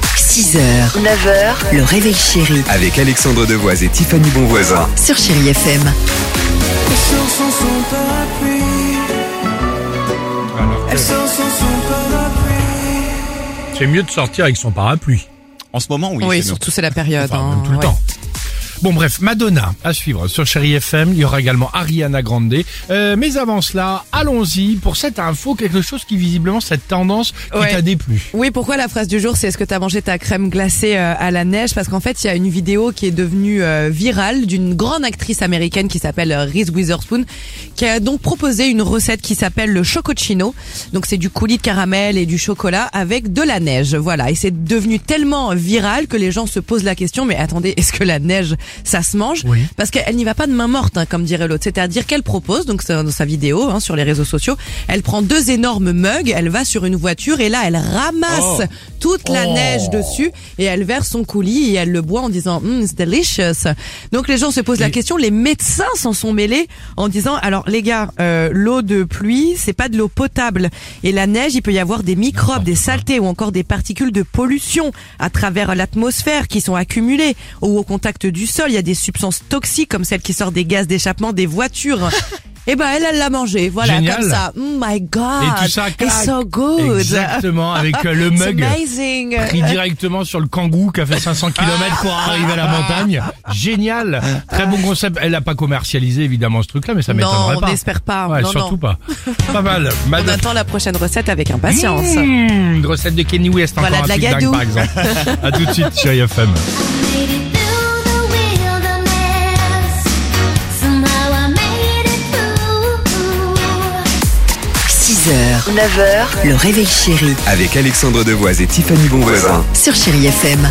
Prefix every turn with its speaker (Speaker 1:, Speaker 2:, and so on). Speaker 1: 6h, 9h, le réveil chéri
Speaker 2: Avec Alexandre Devoise et Tiffany Bonvoisin.
Speaker 1: sur Chéri FM.
Speaker 3: Elle sort sans son parapluie. Elle sort sans son parapluie.
Speaker 4: C'est mieux de sortir avec son parapluie.
Speaker 5: En ce moment, oui.
Speaker 6: Oui,
Speaker 5: c'est
Speaker 6: surtout c'est la période.
Speaker 4: Enfin,
Speaker 6: hein,
Speaker 4: même tout le
Speaker 6: ouais.
Speaker 4: temps. Bon bref, Madonna à suivre sur Chéri FM. Il y aura également Ariana Grande. Euh, mais avant cela, allons-y pour cette info, quelque chose qui visiblement cette tendance qui
Speaker 6: Ouais.
Speaker 4: t'a déplu.
Speaker 6: Oui, pourquoi la phrase du jour c'est est-ce que t'as mangé ta crème glacée euh, à la neige Parce qu'en fait, il y a une vidéo qui est devenue euh, virale d'une grande actrice américaine qui s'appelle euh, Reese Witherspoon, qui a donc proposé une recette qui s'appelle le chocochino. Donc c'est du coulis de caramel et du chocolat avec de la neige. Voilà, et c'est devenu tellement viral que les gens se posent la question mais attendez, est-ce que la neige ça se mange
Speaker 4: Oui.
Speaker 6: parce qu'elle n'y va pas de main morte, hein, comme dirait l'autre. C'est-à-dire qu'elle propose, donc c'est dans sa vidéo hein, sur les réseaux sociaux, elle prend deux énormes mugs, elle va sur une voiture et là elle ramasse toute la neige dessus et elle verse son coulis et elle le boit en disant Hum, it's delicious. Donc les gens se posent la question, les médecins s'en sont mêlés en disant alors les gars, euh, l'eau de pluie c'est pas de l'eau potable et la neige il peut y avoir des microbes, des saletés ou encore des particules de pollution à travers l'atmosphère qui sont accumulées ou au contact du sol. Il y a des substances toxiques comme celles qui sortent des gaz d'échappement des voitures. Et ben elle, elle l'a mangé, voilà,
Speaker 4: Génial.
Speaker 6: comme ça. Mm, my God,
Speaker 4: Et tout ça,
Speaker 6: it's
Speaker 4: clac.
Speaker 6: so good.
Speaker 4: Exactement, avec euh, le
Speaker 6: It's
Speaker 4: mug
Speaker 6: amazing.
Speaker 4: pris directement sur le kangou qui a fait 500 km pour arriver à la montagne. Génial, très bon concept. Elle n'a pas commercialisé évidemment ce truc-là, mais ça
Speaker 6: non,
Speaker 4: m'étonnerait
Speaker 6: on
Speaker 4: pas.
Speaker 6: n'espère pas.
Speaker 4: Ouais,
Speaker 6: non, non.
Speaker 4: surtout pas. Pas mal.
Speaker 6: On
Speaker 4: Madonna.
Speaker 6: attend la prochaine recette avec impatience.
Speaker 4: Mmh, une recette de Kenny West encore
Speaker 6: Voilà,
Speaker 4: un
Speaker 6: de la
Speaker 4: truc dingue,
Speaker 6: gadoue.
Speaker 4: par exemple. à tout de suite, chérie FM.
Speaker 7: Made it through the wilderness. Somehow I made it through.
Speaker 1: 6h, 9h, le réveil chéri
Speaker 2: Avec Alexandre Devoise et Tiffany Bonvoisin.
Speaker 1: sur Chéri FM.